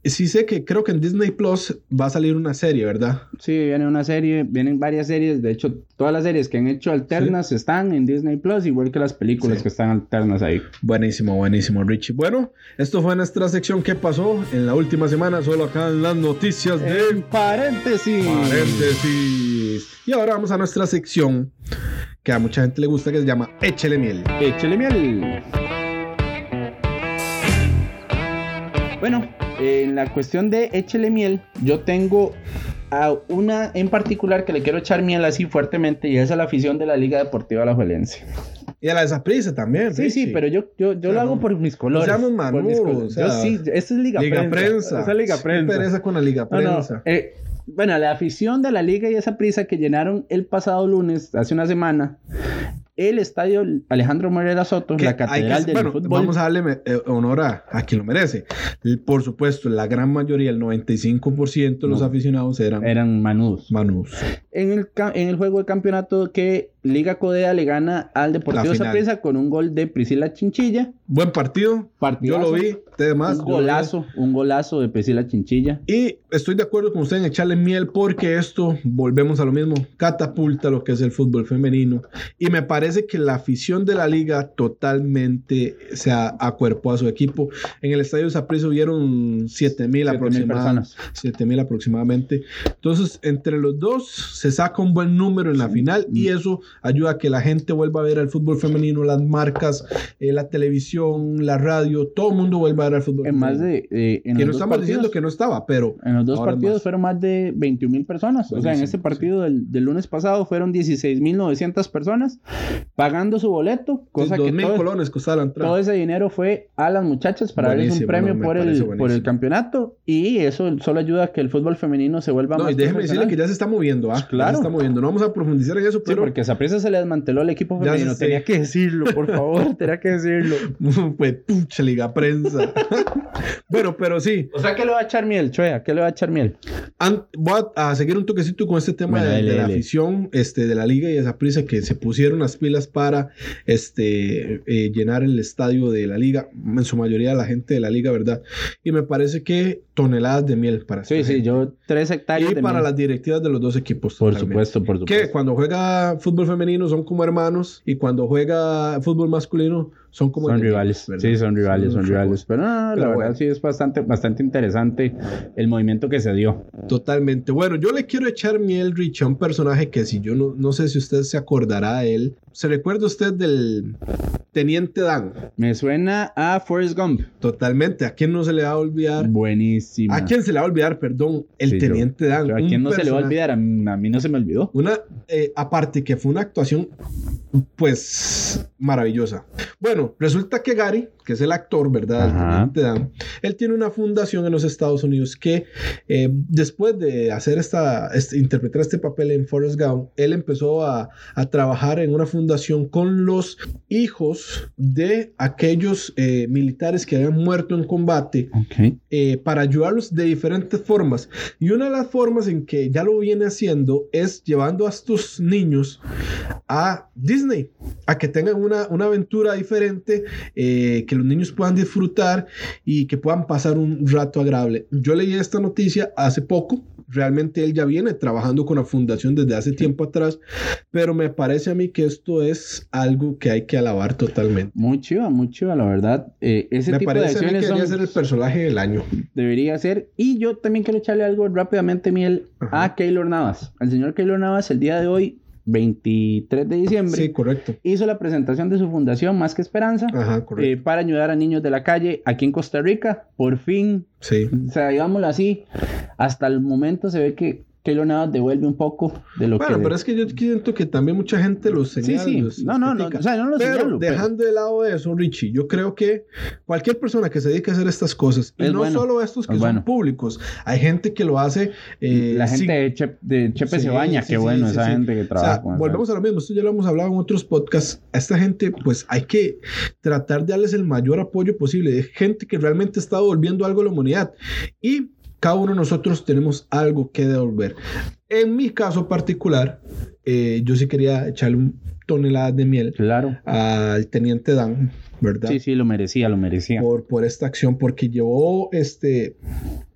Speaker 2: sí sé que creo que en Disney Plus va a salir una serie, ¿verdad?
Speaker 3: Sí, viene una serie, vienen varias series. De hecho, todas las series que han hecho alternas están en Disney Plus, igual que las películas
Speaker 2: Sí.
Speaker 3: que están alternas ahí.
Speaker 2: Buenísimo, buenísimo, Richie. Bueno, esto fue nuestra sección que pasó en la última semana, solo acá en las noticias de.
Speaker 3: Eh. En paréntesis.
Speaker 2: Paréntesis. Y ahora vamos a nuestra sección que a mucha gente le gusta, que se llama Échele Miel.
Speaker 3: Échele miel. Bueno, en la cuestión de échele miel, yo tengo a una en particular que le quiero echar miel así fuertemente y esa es la afición de la Liga Deportiva Alajuelense.
Speaker 2: Y a la desaprisa también.
Speaker 3: Sí, sí,
Speaker 2: Richie.
Speaker 3: pero yo, yo, yo
Speaker 2: O sea,
Speaker 3: lo hago
Speaker 2: no-
Speaker 3: por mis colores.
Speaker 2: seamos
Speaker 3: por mis
Speaker 2: manudos,
Speaker 3: col-
Speaker 2: o sea,
Speaker 3: yo sí, esta es Liga,
Speaker 2: Liga Prensa.
Speaker 3: Esa es Liga
Speaker 2: Sí,
Speaker 3: Prensa.
Speaker 2: pereza con la Liga
Speaker 3: No, no,
Speaker 2: Prensa.
Speaker 3: eh, bueno, la afición de la liga y esa prisa que llenaron el pasado lunes, hace una semana, el estadio Alejandro Morera Soto,
Speaker 2: Que
Speaker 3: la
Speaker 2: hay que-
Speaker 3: catedral del
Speaker 2: bueno,
Speaker 3: fútbol.
Speaker 2: Vamos a darle me- eh, honor a, a quien lo merece. El- Por supuesto, la gran mayoría, el 95% de los
Speaker 3: No.
Speaker 2: aficionados eran
Speaker 3: Eran manudos.
Speaker 2: Manús.
Speaker 3: En el, ca- en el juego de campeonato que Liga Codea le gana al
Speaker 2: La
Speaker 3: Deportivo
Speaker 2: final.
Speaker 3: Saprissa con un gol de Priscila Chinchilla.
Speaker 2: Buen partido.
Speaker 3: Partidazo.
Speaker 2: Yo lo vi. Además,
Speaker 3: un
Speaker 2: yo lo vi.
Speaker 3: golazo, un golazo de Priscila Chinchilla.
Speaker 2: Y estoy de acuerdo con usted en echarle miel porque esto, volvemos a lo mismo, catapulta lo que es el fútbol femenino. Y me parece que la afición de la liga totalmente se a- acuerpó a su equipo. En el estadio Saprissa hubieron 7 mil
Speaker 3: Siete mil
Speaker 2: aproximadamente. 7 mil aproximadamente. Entonces, entre los dos se saca un buen número en la final y
Speaker 3: Mm.
Speaker 2: eso ayuda a que la gente vuelva a ver el fútbol femenino, las marcas, eh, la televisión, la radio, todo el mundo vuelva a ver el fútbol
Speaker 3: En más
Speaker 2: femenino.
Speaker 3: de. eh,
Speaker 2: Pues,
Speaker 3: en
Speaker 2: Que no
Speaker 3: los dos
Speaker 2: estamos diciendo
Speaker 3: partidos.
Speaker 2: que no estaba, pero
Speaker 3: En los dos
Speaker 2: Ahora
Speaker 3: partidos
Speaker 2: más.
Speaker 3: fueron más de 21 mil personas. o sea, en
Speaker 2: Buenísimo,
Speaker 3: ese partido del, del lunes pasado fueron 16 mil 900 personas pagando su boleto, cosa
Speaker 2: dos
Speaker 3: que
Speaker 2: mil
Speaker 3: todo,
Speaker 2: colones costaba la entrada.
Speaker 3: todo ese dinero fue a las muchachas para darles un
Speaker 2: Buenísimo,
Speaker 3: premio
Speaker 2: no, me
Speaker 3: por,
Speaker 2: parece
Speaker 3: el, por el
Speaker 2: buenísimo.
Speaker 3: campeonato. Y eso solo ayuda a que el fútbol femenino se vuelva
Speaker 2: no,
Speaker 3: más.
Speaker 2: y déjeme decirle
Speaker 3: profesional.
Speaker 2: que ya se está moviendo, ¿ah?
Speaker 3: Pues Claro.
Speaker 2: Ya se está moviendo. No vamos a profundizar en eso,
Speaker 3: Sí,
Speaker 2: pero
Speaker 3: porque esa prisa se le desmanteló al equipo
Speaker 2: Ya
Speaker 3: femenino.
Speaker 2: sé.
Speaker 3: Tenía que decirlo, por favor, tenía
Speaker 2: *laughs*
Speaker 3: que decirlo.
Speaker 2: *laughs* fue pucha liga
Speaker 3: *laughs*
Speaker 2: prensa. bueno, pero sí,
Speaker 3: O sea, ¿qué le va a echar miel, Choea? ¿Qué le va a echar miel?
Speaker 2: an- voy a, a seguir un toquecito con este tema
Speaker 3: Bueno,
Speaker 2: de,
Speaker 3: dele,
Speaker 2: de la
Speaker 3: dele.
Speaker 2: afición, este, de la liga y de esa prisa que se pusieron las pilas para este, eh, llenar el estadio de la liga, en su mayoría la gente de la liga, ¿verdad? Y me parece que toneladas de miel para
Speaker 3: Sí,
Speaker 2: esta
Speaker 3: sí,
Speaker 2: gente.
Speaker 3: yo tres hectáreas.
Speaker 2: Y
Speaker 3: de
Speaker 2: para
Speaker 3: miel.
Speaker 2: las directivas de los dos equipos.
Speaker 3: Por
Speaker 2: totalmente.
Speaker 3: supuesto, por supuesto.
Speaker 2: Que cuando juega fútbol femenino son como hermanos y cuando juega fútbol masculino son como
Speaker 3: son
Speaker 2: enemigos,
Speaker 3: rivales,
Speaker 2: ¿verdad?
Speaker 3: sí, son rivales, son rivales. Pero no, no, la
Speaker 2: Pero
Speaker 3: verdad
Speaker 2: bueno.
Speaker 3: sí es bastante, bastante interesante el movimiento que se dio.
Speaker 2: Totalmente. Bueno, yo le quiero echar miel, Rich, a un personaje que si yo no, no sé si usted se acordará de él. ¿Se recuerda usted del Teniente Dan?
Speaker 3: Me suena a Forrest Gump.
Speaker 2: Totalmente. ¿A quién no se le va a olvidar?
Speaker 3: Buenísima.
Speaker 2: ¿A quién se le va a olvidar, perdón? El
Speaker 3: Sí, yo-
Speaker 2: Teniente Dan.
Speaker 3: Pero ¿A
Speaker 2: un
Speaker 3: quién no se le va a
Speaker 2: personaje-
Speaker 3: olvidar? A mí, a mí no se me olvidó.
Speaker 2: Una, eh, aparte que fue una actuación, pues, maravillosa. Bueno, resulta que Gary, que es el actor, ¿verdad? El
Speaker 3: Ajá.
Speaker 2: teniente Dan, él tiene una fundación en los Estados Unidos que eh, después de hacer esta, este- interpretar este papel en Forrest Gump, él empezó a, a trabajar en una fundación con los hijos de aquellos eh, militares que habían muerto en combate
Speaker 3: Ok.
Speaker 2: eh, para ayudarlos de diferentes formas. Y una de las formas en que ya lo viene haciendo es llevando a estos niños a Disney, a que tengan una, una aventura diferente, eh, que los niños puedan disfrutar y que puedan pasar un rato agradable. Yo leí esta noticia hace poco. Realmente él ya viene trabajando con la fundación desde hace tiempo atrás, pero me parece a mí que esto es algo que hay que alabar totalmente.
Speaker 3: Muy chiva, muy chiva, la verdad. Eh, ese
Speaker 2: Me
Speaker 3: tipo de
Speaker 2: parece a mí que
Speaker 3: acciones
Speaker 2: debería
Speaker 3: son-
Speaker 2: ser el personaje del año.
Speaker 3: debería ser. Y yo también quiero echarle algo rápidamente, Miel,
Speaker 2: Ajá.
Speaker 3: a Keylor Navas. Al señor Keylor Navas, el día de hoy, 23 de diciembre,
Speaker 2: Sí, correcto.
Speaker 3: hizo la presentación de su fundación Más que Esperanza.
Speaker 2: Ajá, correcto.
Speaker 3: eh, para ayudar a niños de la calle aquí en Costa Rica. Por fin,
Speaker 2: Sí.
Speaker 3: o sea, digámoslo así, hasta el momento se ve que Keylor Navas devuelve un poco de lo
Speaker 2: Bueno,
Speaker 3: que...
Speaker 2: pero es que yo siento que también mucha gente los
Speaker 3: sí,
Speaker 2: señala.
Speaker 3: sí.
Speaker 2: los-
Speaker 3: No,
Speaker 2: los
Speaker 3: no, no.
Speaker 2: critica.
Speaker 3: O sea, no lo
Speaker 2: pero
Speaker 3: señalo, pues. pero-
Speaker 2: dejando de lado eso, Richie, yo creo que cualquier persona que se dedique a hacer estas cosas, y
Speaker 3: Es
Speaker 2: no
Speaker 3: bueno,
Speaker 2: solo estos que
Speaker 3: es
Speaker 2: son
Speaker 3: bueno.
Speaker 2: públicos, hay gente que lo hace. eh,
Speaker 3: la gente
Speaker 2: sin-
Speaker 3: de, Chep- de Chepe
Speaker 2: Sí,
Speaker 3: se baña,
Speaker 2: sí,
Speaker 3: qué
Speaker 2: sí,
Speaker 3: bueno,
Speaker 2: sí,
Speaker 3: esa
Speaker 2: sí.
Speaker 3: gente que
Speaker 2: O sea,
Speaker 3: trabaja. con esa-
Speaker 2: volvemos a lo mismo, esto ya lo hemos hablado en otros podcasts. A esta gente, pues hay que tratar de darles el mayor apoyo posible. Es gente que realmente está devolviendo algo a la humanidad. Y cada uno de nosotros tenemos algo que devolver. En mi caso particular, eh, yo sí quería echarle un tonelada de miel
Speaker 3: Claro.
Speaker 2: al teniente Dan, ¿verdad?
Speaker 3: Sí, sí, lo merecía, lo merecía.
Speaker 2: por, por esta acción, porque llevó este.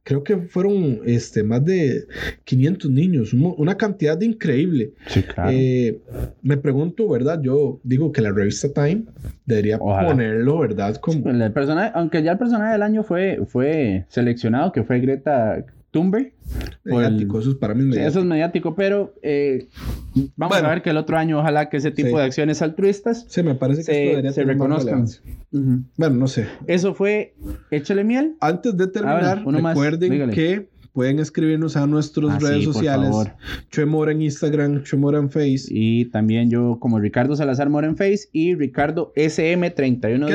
Speaker 2: Creo que fueron este, más de 500 niños, un mo- una cantidad de increíble.
Speaker 3: Sí, claro.
Speaker 2: Eh, me pregunto, ¿verdad? Yo digo que la revista Time debería
Speaker 3: Ojalá.
Speaker 2: ponerlo, ¿verdad? Como
Speaker 3: El personaje- aunque ya el personaje del año fue, fue seleccionado, que fue Greta Tumber. por el-
Speaker 2: Mediático, eso es para mí es
Speaker 3: Sí,
Speaker 2: mediático.
Speaker 3: eso es mediático, pero eh, vamos
Speaker 2: Bueno.
Speaker 3: a ver que el otro año ojalá que ese tipo
Speaker 2: Sí.
Speaker 3: de acciones altruistas
Speaker 2: Sí, me parece que esto
Speaker 3: se,
Speaker 2: debería
Speaker 3: se
Speaker 2: tener más
Speaker 3: reconozcan.
Speaker 2: relevancia.
Speaker 3: Ujú.
Speaker 2: Bueno, no sé.
Speaker 3: Eso fue Échale Miel.
Speaker 2: Antes de terminar,
Speaker 3: uno más,
Speaker 2: recuerden
Speaker 3: dígale.
Speaker 2: que pueden escribirnos a nuestras
Speaker 3: Ah, sí,
Speaker 2: redes
Speaker 3: por
Speaker 2: sociales.
Speaker 3: favor.
Speaker 2: Chuemora en Instagram, Chuemora en Face.
Speaker 3: Y también yo como Ricardo Salazar Mora en Face y Ricardo
Speaker 2: que
Speaker 3: SM3110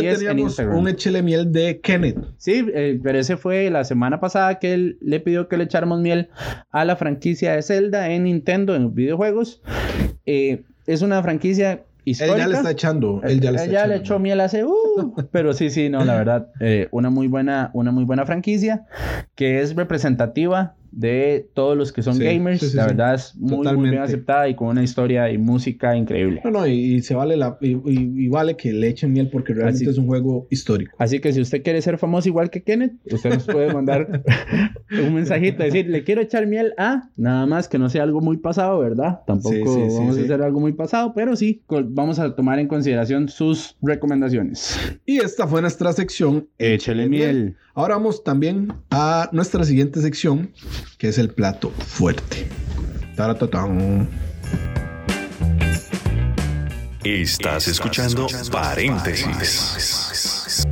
Speaker 3: en
Speaker 2: teníamos
Speaker 3: Instagram.
Speaker 2: un e- échele miel de Kenneth.
Speaker 3: Sí, eh, pero ese fue la semana pasada que él le pidió que le echáramos miel a la franquicia de Zelda en Nintendo, en los videojuegos. Eh, es una franquicia
Speaker 2: Él
Speaker 3: histórica.
Speaker 2: ya le está echando. Él ya le, está
Speaker 3: le
Speaker 2: echando.
Speaker 3: echó miel hace, uh, *laughs* pero sí, sí, no, la verdad, eh, una muy buena, una muy buena franquicia que es representativa de todos los que son
Speaker 2: Sí,
Speaker 3: gamers,
Speaker 2: sí, sí,
Speaker 3: la
Speaker 2: sí.
Speaker 3: verdad es muy, muy
Speaker 2: Totalmente.
Speaker 3: bien aceptada y con una historia y música increíble.
Speaker 2: No, no, y, y se vale la, y, y- y vale que le echen miel porque realmente
Speaker 3: Así-
Speaker 2: es un juego histórico.
Speaker 3: Así que si usted quiere ser famoso igual que Kenneth, usted nos puede mandar *laughs* un mensajito, decir, le quiero echar miel a, nada más que no sea algo muy pasado, ¿verdad? Tampoco
Speaker 2: Sí, sí, sí,
Speaker 3: vamos
Speaker 2: sí.
Speaker 3: a hacer algo muy pasado, pero sí, col- vamos a tomar en consideración sus recomendaciones.
Speaker 2: Y esta fue nuestra sección.
Speaker 3: Échale miel.
Speaker 2: Ahora vamos también a nuestra siguiente sección, que es el plato fuerte. Taratatán.
Speaker 1: Estás escuchando Paréntesis.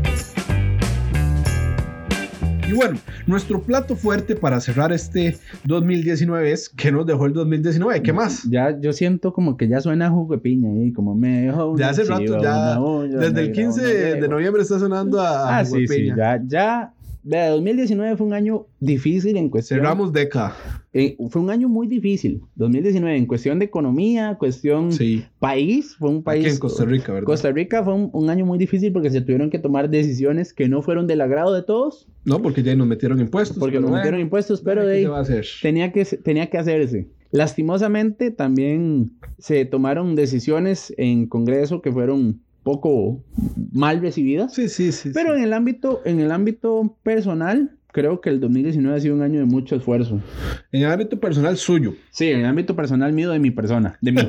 Speaker 2: Y bueno, nuestro plato fuerte para cerrar este 2019 es que nos dejó el 2019. ¿Qué más?
Speaker 3: Ya, yo siento como que ya suena jugo de piña ahí, como me dejó una
Speaker 2: De hace rato,
Speaker 3: chiva,
Speaker 2: ya,
Speaker 3: una olla
Speaker 2: Desde el
Speaker 3: negra,
Speaker 2: 15
Speaker 3: una
Speaker 2: de,
Speaker 3: yegua.
Speaker 2: noviembre está sonando a, a
Speaker 3: Ah, sí, sí,
Speaker 2: Juguepeña.
Speaker 3: ya, ya. vea, 2019 fue un año difícil en cuestión.
Speaker 2: Cerramos década.
Speaker 3: Eh, fue un año muy difícil, 2019, en cuestión de economía, cuestión
Speaker 2: Sí.
Speaker 3: país, fue un país...
Speaker 2: Aquí en Costa Rica, ¿verdad?
Speaker 3: Costa Rica fue un, un año muy difícil porque se tuvieron que tomar decisiones que no fueron del agrado de todos,
Speaker 2: No, porque ya nos metieron impuestos.
Speaker 3: porque nos metieron impuestos, pero de
Speaker 2: ¿Qué
Speaker 3: ahí
Speaker 2: se va a hacer?
Speaker 3: tenía que, se- tenía que hacerse. Lastimosamente también se tomaron decisiones en Congreso que fueron poco mal recibidas.
Speaker 2: Sí, sí, sí.
Speaker 3: Pero
Speaker 2: sí.
Speaker 3: en el ámbito, en el ámbito personal, creo que el 2019 ha sido un año de mucho esfuerzo.
Speaker 2: En el ámbito personal suyo.
Speaker 3: Sí, en el ámbito personal mío de mi persona,
Speaker 2: *laughs*
Speaker 3: de mí.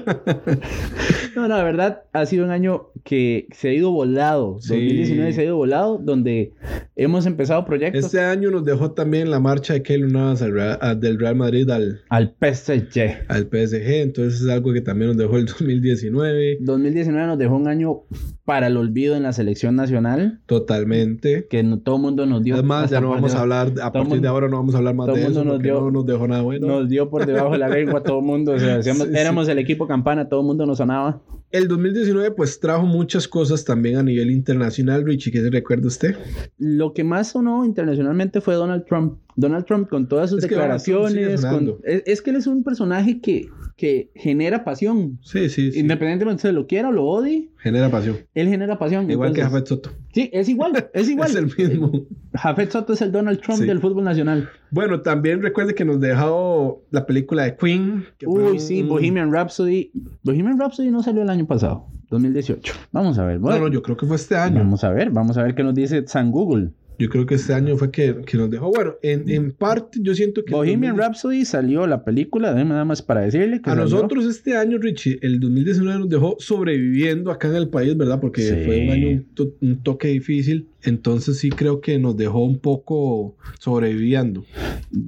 Speaker 3: no, no, la verdad ha sido un año que se ha ido volado.
Speaker 2: Sí.
Speaker 3: 2019 se ha ido volado, donde hemos empezado proyectos
Speaker 2: Este año nos dejó también la marcha de Keylor Navas al Real- a- del Real Madrid al,
Speaker 3: al PSG.
Speaker 2: al PSG. Entonces es algo que también nos dejó el *laughs* 2019.
Speaker 3: 2019 nos dejó un año para el olvido en la selección nacional,
Speaker 2: totalmente.
Speaker 3: que no, todo el mundo nos dio.
Speaker 2: Además, ya
Speaker 3: hasta
Speaker 2: no
Speaker 3: por
Speaker 2: vamos a
Speaker 3: debajo-
Speaker 2: hablar, a partir
Speaker 3: mundo-
Speaker 2: de ahora no vamos a hablar más
Speaker 3: todo
Speaker 2: de
Speaker 3: mundo
Speaker 2: eso
Speaker 3: nos
Speaker 2: porque
Speaker 3: dio-
Speaker 2: no nos dejó nada bueno.
Speaker 3: Nos dio por debajo de la lengua a todo el mundo. o sea, hacíamos-
Speaker 2: *laughs* Sí, sí.
Speaker 3: éramos el equipo campana, todo el mundo nos sonaba.
Speaker 2: El 2019 pues trajo muchas cosas también a nivel internacional, Richie, ¿qué se recuerda usted?
Speaker 3: lo que más sonó internacionalmente fue Donald Trump. Donald Trump con todas sus
Speaker 2: Es que Donald Trump sigue
Speaker 3: declaraciones. con-
Speaker 2: sonando.
Speaker 3: es, es que él es un personaje que, que genera pasión.
Speaker 2: Sí, sí, sí.
Speaker 3: Independientemente se lo quiera o lo odie,
Speaker 2: Genera pasión.
Speaker 3: él genera pasión.
Speaker 2: Igual que
Speaker 3: Entonces,
Speaker 2: Jafet Soto.
Speaker 3: Sí, es igual, es
Speaker 2: *laughs*
Speaker 3: igual.
Speaker 2: Es el mismo.
Speaker 3: Jafet Soto es el Donald Trump
Speaker 2: Sí.
Speaker 3: del fútbol nacional.
Speaker 2: Bueno, también recuerde que nos dejó la película de Queen. que fue
Speaker 3: Uy,
Speaker 2: un-
Speaker 3: sí, Bohemian Rhapsody. Bohemian Rhapsody no salió el año pasado, 2018. Vamos a ver,
Speaker 2: No, no,
Speaker 3: bueno,
Speaker 2: yo creo que fue este año.
Speaker 3: vamos a ver, vamos a ver qué nos dice San Google.
Speaker 2: Yo creo que este año fue que, que nos dejó. Bueno, en, en parte yo siento que... el
Speaker 3: Bohemian
Speaker 2: 2019
Speaker 3: Rhapsody salió la película, déjeme nada más para decirle que
Speaker 2: A
Speaker 3: salió.
Speaker 2: nosotros este año, Richie, el 2019 nos dejó sobreviviendo acá en el país, ¿verdad? Porque
Speaker 3: Sí.
Speaker 2: fue un año, un, to- un toque difícil. Entonces sí creo que nos dejó un poco sobreviviendo.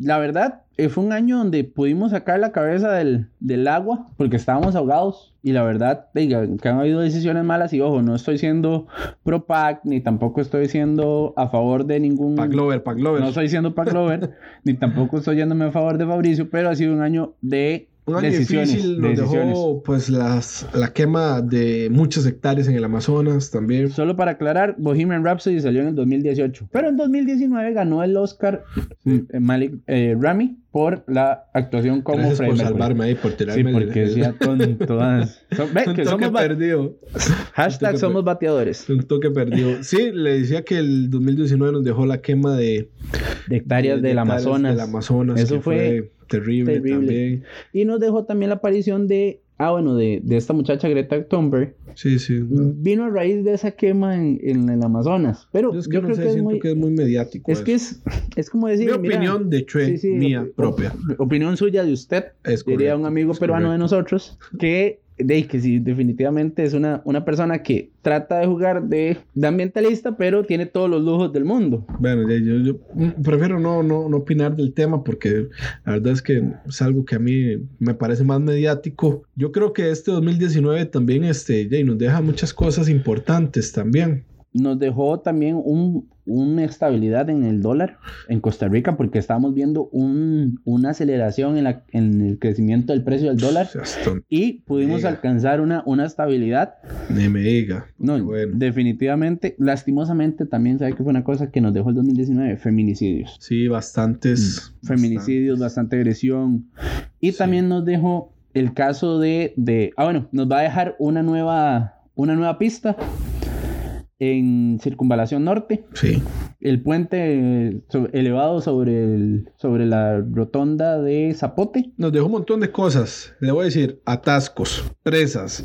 Speaker 3: La verdad, eh, fue un año donde pudimos sacar la cabeza del, del agua porque estábamos ahogados. Y la verdad, diga, que han habido decisiones malas. Y ojo, no estoy siendo pro PAC, ni tampoco estoy siendo a favor de ningún.
Speaker 2: Pac Lover, Pac Lover.
Speaker 3: Mm. No estoy siendo PAC Lover,
Speaker 2: *laughs*
Speaker 3: ni tampoco estoy yéndome a favor de Fabricio, pero ha sido un año de
Speaker 2: un año
Speaker 3: decisiones.
Speaker 2: difícil nos
Speaker 3: decisiones.
Speaker 2: dejó pues las, la quema de muchas hectáreas en el Amazonas también.
Speaker 3: Solo para aclarar, Bohemian Rhapsody salió en el 2018, pero en 2019 ganó el Oscar eh, Malik eh, Rami por la actuación como
Speaker 2: Gracias
Speaker 3: Freddie
Speaker 2: por
Speaker 3: Mercury.
Speaker 2: salvarme ahí, por
Speaker 3: Sí,
Speaker 2: tirarme el-
Speaker 3: porque
Speaker 2: el- *laughs*
Speaker 3: decía con todas. So- ve,
Speaker 2: un
Speaker 3: que
Speaker 2: toque
Speaker 3: somos ba-
Speaker 2: perdido. un
Speaker 3: Hashtag
Speaker 2: toque
Speaker 3: somos bateadores.
Speaker 2: Un toque perdido. Sí, le decía que el 2019 nos dejó la quema de
Speaker 3: De hectáreas
Speaker 2: de-
Speaker 3: del
Speaker 2: de hectáreas
Speaker 3: Amazonas.
Speaker 2: del Amazonas,
Speaker 3: Eso
Speaker 2: que fue, terrible,
Speaker 3: terrible.
Speaker 2: también.
Speaker 3: Y nos dejó también la aparición de. Ah, bueno, de, de esta muchacha Greta Thunberg.
Speaker 2: Sí, sí. no.
Speaker 3: Vino a raíz de esa quema en, en el Amazonas. Pero
Speaker 2: Yo
Speaker 3: yo,
Speaker 2: es que no
Speaker 3: creo
Speaker 2: sé,
Speaker 3: que es
Speaker 2: siento
Speaker 3: muy.
Speaker 2: que es muy mediático.
Speaker 3: Es que
Speaker 2: eso.
Speaker 3: es, es como decir.
Speaker 2: mi
Speaker 3: mira,
Speaker 2: opinión de Chue,
Speaker 3: sí, sí,
Speaker 2: mía
Speaker 3: op-
Speaker 2: propia.
Speaker 3: Opinión suya de usted.
Speaker 2: Es
Speaker 3: diría un
Speaker 2: correcto,
Speaker 3: amigo
Speaker 2: es
Speaker 3: peruano de
Speaker 2: correcto.
Speaker 3: nosotros, que de ahí que sí, definitivamente es una, una persona que trata de jugar de, de ambientalista, pero tiene todos los lujos del mundo.
Speaker 2: Bueno, ya, yo, yo mm, prefiero no, no, no opinar del tema porque la verdad es que es algo que a mí me parece más mediático. Yo creo que este 2019 también este, ya, y nos deja muchas cosas importantes también.
Speaker 3: Nos dejó también un, una estabilidad en el dólar en Costa Rica porque estábamos viendo un, una aceleración en, la, en el crecimiento del precio del dólar
Speaker 2: Seas tonto,
Speaker 3: y pudimos
Speaker 2: Mira.
Speaker 3: alcanzar una, una estabilidad
Speaker 2: ni me diga.
Speaker 3: No,
Speaker 2: Bueno.
Speaker 3: definitivamente, lastimosamente también sabe que fue una cosa que nos dejó el 2019, feminicidios.
Speaker 2: Sí, bastantes.
Speaker 3: Mm, Feminicidios, bastante agresión. Y
Speaker 2: Sí.
Speaker 3: también nos dejó el caso de, de- Ah, bueno, nos va a dejar una nueva, una nueva pista en Circunvalación Norte.
Speaker 2: bastan- Sí.
Speaker 3: El puente so- elevado sobre, el, sobre la rotonda de Zapote.
Speaker 2: Nos dejó un montón de cosas. Le voy a decir atascos, presas,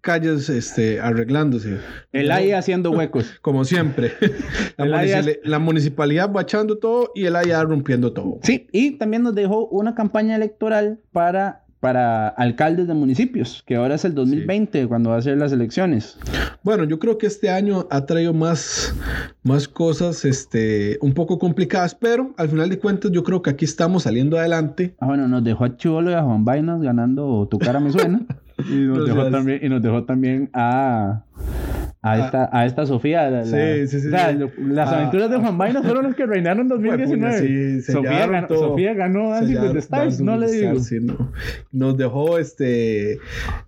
Speaker 2: calles este, arreglándose.
Speaker 3: El
Speaker 2: No.
Speaker 3: ahí haciendo huecos.
Speaker 2: Como siempre. *laughs* La,
Speaker 3: El AIA-
Speaker 2: municipali- la municipalidad guachando todo y el allá rompiendo todo.
Speaker 3: Sí, y también nos dejó una campaña electoral para, para alcaldes de municipios, que ahora es el 2020, cuando va a ser las elecciones.
Speaker 2: Bueno, yo creo que este año ha traído más, más cosas este, un poco complicadas, pero al final de cuentas yo creo que aquí estamos saliendo adelante.
Speaker 3: Ah, bueno, nos dejó a Chivolo y a Juan Vainas ganando Tu cara me suena. *laughs* y, nos dejó
Speaker 2: Gracias.
Speaker 3: también, y nos dejó también a... A esta, a esta Sofía. la- la-
Speaker 2: Sí, sí, sí,
Speaker 3: o sea,
Speaker 2: sí.
Speaker 3: lo- las
Speaker 2: Ah,
Speaker 3: aventuras de Juan Vainas fueron las que reinaron en 2019.
Speaker 2: Huepuña, sí, se
Speaker 3: Sofía,
Speaker 2: llevaron
Speaker 3: ganó,
Speaker 2: todo.
Speaker 3: Sofía ganó Dancing with the Stars, pues, no le digo.
Speaker 2: Sí, no. Nos dejó este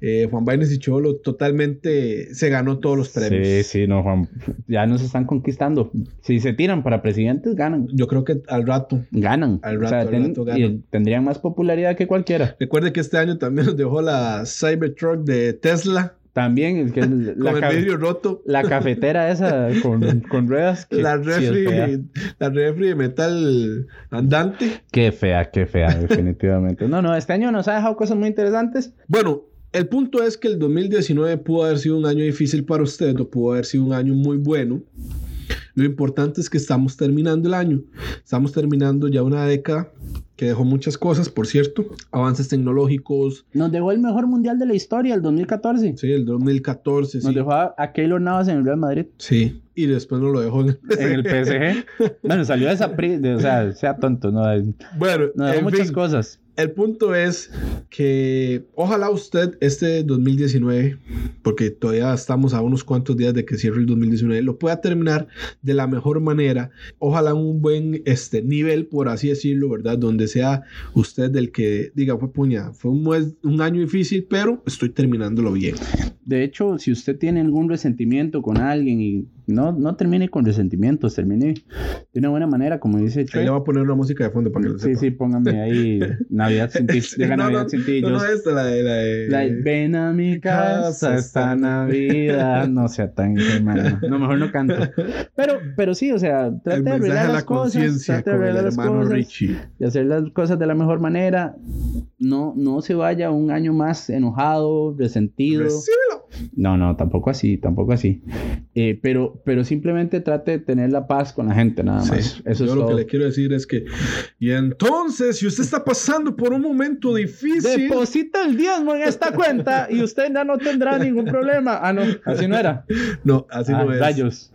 Speaker 2: eh, Juan Baines y Cholo totalmente, se ganó todos los premios.
Speaker 3: Sí, sí, no, Juan. Ya nos están conquistando. Si se tiran para presidentes, ganan.
Speaker 2: Yo creo que al rato.
Speaker 3: Ganan.
Speaker 2: Al rato, al rato ganan.
Speaker 3: y tendrían más popularidad que cualquiera.
Speaker 2: Recuerde que este año también nos dejó la Cybertruck de Tesla *laughs*
Speaker 3: También es que el-
Speaker 2: con
Speaker 3: la,
Speaker 2: el
Speaker 3: ca-
Speaker 2: vidrio roto.
Speaker 3: la cafetera esa con, con
Speaker 2: *laughs*
Speaker 3: ruedas. que-
Speaker 2: La
Speaker 3: sí,
Speaker 2: refri,
Speaker 3: es fea.
Speaker 2: la refri de metal andante.
Speaker 3: Qué fea, qué fea, definitivamente. No, no, este año nos ha dejado cosas muy interesantes.
Speaker 2: Bueno, el punto es que el 2019 pudo haber sido un año difícil para usted o pudo haber sido un año muy bueno. Lo importante es que estamos terminando el año. Estamos terminando ya una década que dejó muchas cosas, por cierto. Avances tecnológicos,
Speaker 3: Nos dejó el mejor mundial de la historia, el 2014.
Speaker 2: sí, el 2014, sí.
Speaker 3: Nos dejó a, a Keylor Navas en el Real Madrid.
Speaker 2: Sí, y después nos lo dejó en el *laughs*
Speaker 3: En el PSG. Bueno, salió de esa... pri- de- o sea, sea tonto, ¿no? Nos
Speaker 2: Bueno,
Speaker 3: dejó
Speaker 2: en
Speaker 3: muchas
Speaker 2: fin.
Speaker 3: cosas.
Speaker 2: El punto es que ojalá usted este 2019, porque todavía estamos a unos cuantos días de que cierre el 2019, lo pueda terminar de la mejor manera. Ojalá un buen este, nivel, por así decirlo, ¿verdad? Donde sea usted el que diga, fue puña, fue un, mes- un año difícil, pero estoy terminándolo bien.
Speaker 3: De hecho, si usted tiene algún resentimiento con alguien y no, no termine con resentimientos, termine de una buena manera, como dice
Speaker 2: Ahí
Speaker 3: Chuy.
Speaker 2: le voy a poner una música de fondo para que lo
Speaker 3: Sí,
Speaker 2: sepa.
Speaker 3: sí, póngame ahí Navidad
Speaker 2: *laughs*
Speaker 3: sin ti. Llega
Speaker 2: no,
Speaker 3: Navidad
Speaker 2: no,
Speaker 3: sin ti.
Speaker 2: no,
Speaker 3: yo-
Speaker 2: no, eh. esta, la de... La de-
Speaker 3: La- ven a mi casa esta Navidad. No sea tan hermano. No, mejor no canto. Pero, pero sí, o sea,
Speaker 2: el
Speaker 3: trate de
Speaker 2: mensaje
Speaker 3: arreglar
Speaker 2: a
Speaker 3: las
Speaker 2: la
Speaker 3: cosas.
Speaker 2: conciencia
Speaker 3: Trate
Speaker 2: con
Speaker 3: de
Speaker 2: el
Speaker 3: arreglar las
Speaker 2: hermano
Speaker 3: cosas.
Speaker 2: Richie.
Speaker 3: De hacer las cosas de la mejor manera. No, no se vaya un año más enojado, resentido.
Speaker 2: Recíbelo.
Speaker 3: No, no, tampoco así, tampoco así. Eh, pero, pero simplemente trate de tener la paz con la gente, nada
Speaker 2: Sí.
Speaker 3: más. Eso
Speaker 2: Yo
Speaker 3: es
Speaker 2: lo
Speaker 3: todo.
Speaker 2: que le quiero decir es que, y entonces, si usted está pasando por un momento difícil,
Speaker 3: Deposita el diezmo en esta cuenta y usted ya no
Speaker 2: *laughs*
Speaker 3: tendrá ningún problema. Ah, no, así no era.
Speaker 2: no, así
Speaker 3: Ah,
Speaker 2: no es. *laughs*
Speaker 3: rayos.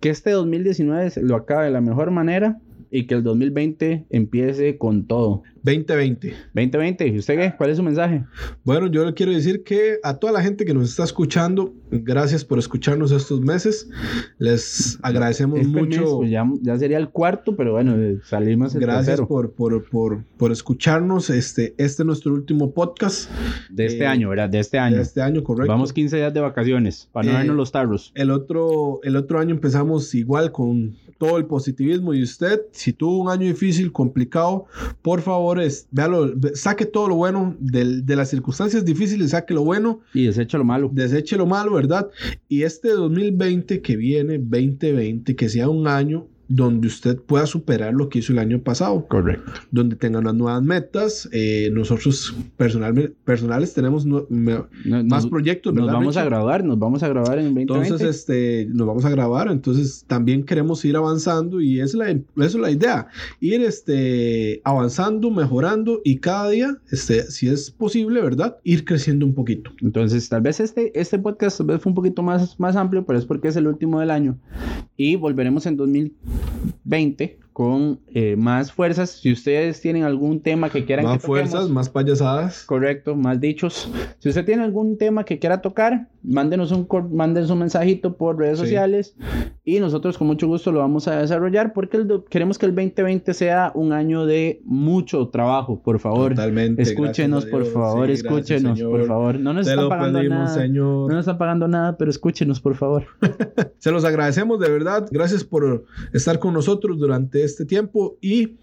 Speaker 3: que este 2019 se- lo acabe de la mejor manera y que el 2020 empiece con todo.
Speaker 2: 2020.
Speaker 3: 2020, ¿y usted qué? ¿Cuál es su mensaje?
Speaker 2: Bueno, yo le quiero decir que a toda la gente que nos está escuchando, gracias por escucharnos estos meses. Les agradecemos
Speaker 3: Este
Speaker 2: mucho.
Speaker 3: mes, pues, ya, ya sería el cuarto, pero bueno, eh, salimos el
Speaker 2: Gracias
Speaker 3: tercero
Speaker 2: por, por, por, por escucharnos. Este, este es nuestro último podcast
Speaker 3: de este
Speaker 2: eh,
Speaker 3: año, ¿verdad? De este año.
Speaker 2: de este año, correcto.
Speaker 3: Vamos 15 días de vacaciones para no
Speaker 2: Eh,
Speaker 3: darnos los tarros.
Speaker 2: El otro, el otro año empezamos igual con todo el positivismo y usted, si tuvo un año difícil, complicado, por favor, es, véalo, ve- saque todo lo bueno del- de las circunstancias difíciles, saque lo bueno,
Speaker 3: Y desecho lo malo.
Speaker 2: deseche lo malo, ¿verdad? Y este 2020 que viene, 2020, que sea un año donde usted pueda superar lo que hizo el año pasado.
Speaker 3: Correcto.
Speaker 2: Donde tenga unas nuevas metas. Eh, nosotros personal, personales tenemos no- me-
Speaker 3: No-
Speaker 2: más
Speaker 3: nos-
Speaker 2: proyectos.
Speaker 3: Nos
Speaker 2: ¿verdad,
Speaker 3: vamos a
Speaker 2: Richard?
Speaker 3: grabar, nos vamos a grabar en 2020.
Speaker 2: Entonces, este, nos vamos a grabar. Entonces, también queremos ir avanzando y es la, eso es la idea. Ir este, avanzando, mejorando y cada día, este, si es posible, ¿verdad? Ir creciendo un poquito.
Speaker 3: Entonces, tal vez este, este podcast tal vez fue un poquito más, más amplio, pero es porque es el último del año. Y volveremos en 2020 con eh, más fuerzas. Si ustedes tienen algún tema que quieran
Speaker 2: Más
Speaker 3: que toquemos,
Speaker 2: fuerzas, más payasadas.
Speaker 3: Correcto, más dichos. Si usted tiene algún tema que quiera tocar, mándenos un, cor- mándenos un mensajito por redes
Speaker 2: Sí.
Speaker 3: sociales y nosotros con mucho gusto lo vamos a desarrollar porque el do- queremos que el 2020 sea un año de mucho trabajo, por favor.
Speaker 2: Totalmente.
Speaker 3: Escúchenos,
Speaker 2: gracias a
Speaker 3: por
Speaker 2: Dios. Sí,
Speaker 3: favor,
Speaker 2: gracias,
Speaker 3: escúchenos,
Speaker 2: Señor.
Speaker 3: por favor. No nos
Speaker 2: Te
Speaker 3: están
Speaker 2: lo
Speaker 3: pagando
Speaker 2: pedimos,
Speaker 3: nada. No
Speaker 2: Señor.
Speaker 3: nos están pagando nada, pero escúchenos, por favor.
Speaker 2: Se los agradecemos de verdad. Gracias por estar con nosotros durante este tiempo y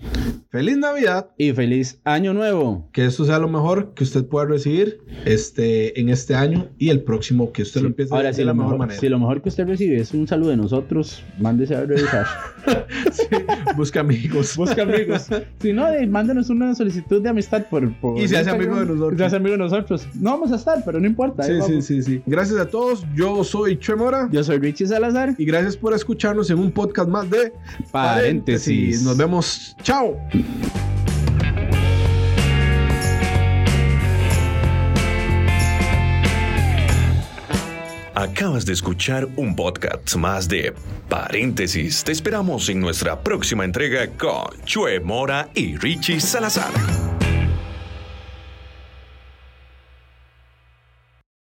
Speaker 2: feliz Navidad.
Speaker 3: Y feliz año nuevo.
Speaker 2: Que eso sea lo mejor que usted pueda recibir este, en este año y el próximo, que usted lo
Speaker 3: Sí.
Speaker 2: empiece
Speaker 3: Ahora,
Speaker 2: de
Speaker 3: si,
Speaker 2: la
Speaker 3: lo
Speaker 2: mejor,
Speaker 3: mejor,
Speaker 2: manera.
Speaker 3: si lo mejor que usted recibe es un saludo de nosotros, mándese a revisar.
Speaker 2: Busca amigos.
Speaker 3: *laughs* Busca amigos. Si no, eh, mándenos una solicitud de amistad por. por
Speaker 2: Y se hace
Speaker 3: Instagram.
Speaker 2: amigo de nosotros.
Speaker 3: Se hace amigo de nosotros. No vamos a estar, pero no importa.
Speaker 2: *laughs* Sí,
Speaker 3: ahí
Speaker 2: sí,
Speaker 3: vamos.
Speaker 2: sí, sí. Gracias a todos. Yo soy Che Mora
Speaker 3: Yo soy Richie Salazar.
Speaker 2: y gracias por escucharnos en un podcast más de Paréntesis. Nos vemos. Chao.
Speaker 1: Acabas de escuchar un podcast más de Paréntesis. Te esperamos en nuestra próxima entrega con Chue Mora y Richie Salazar.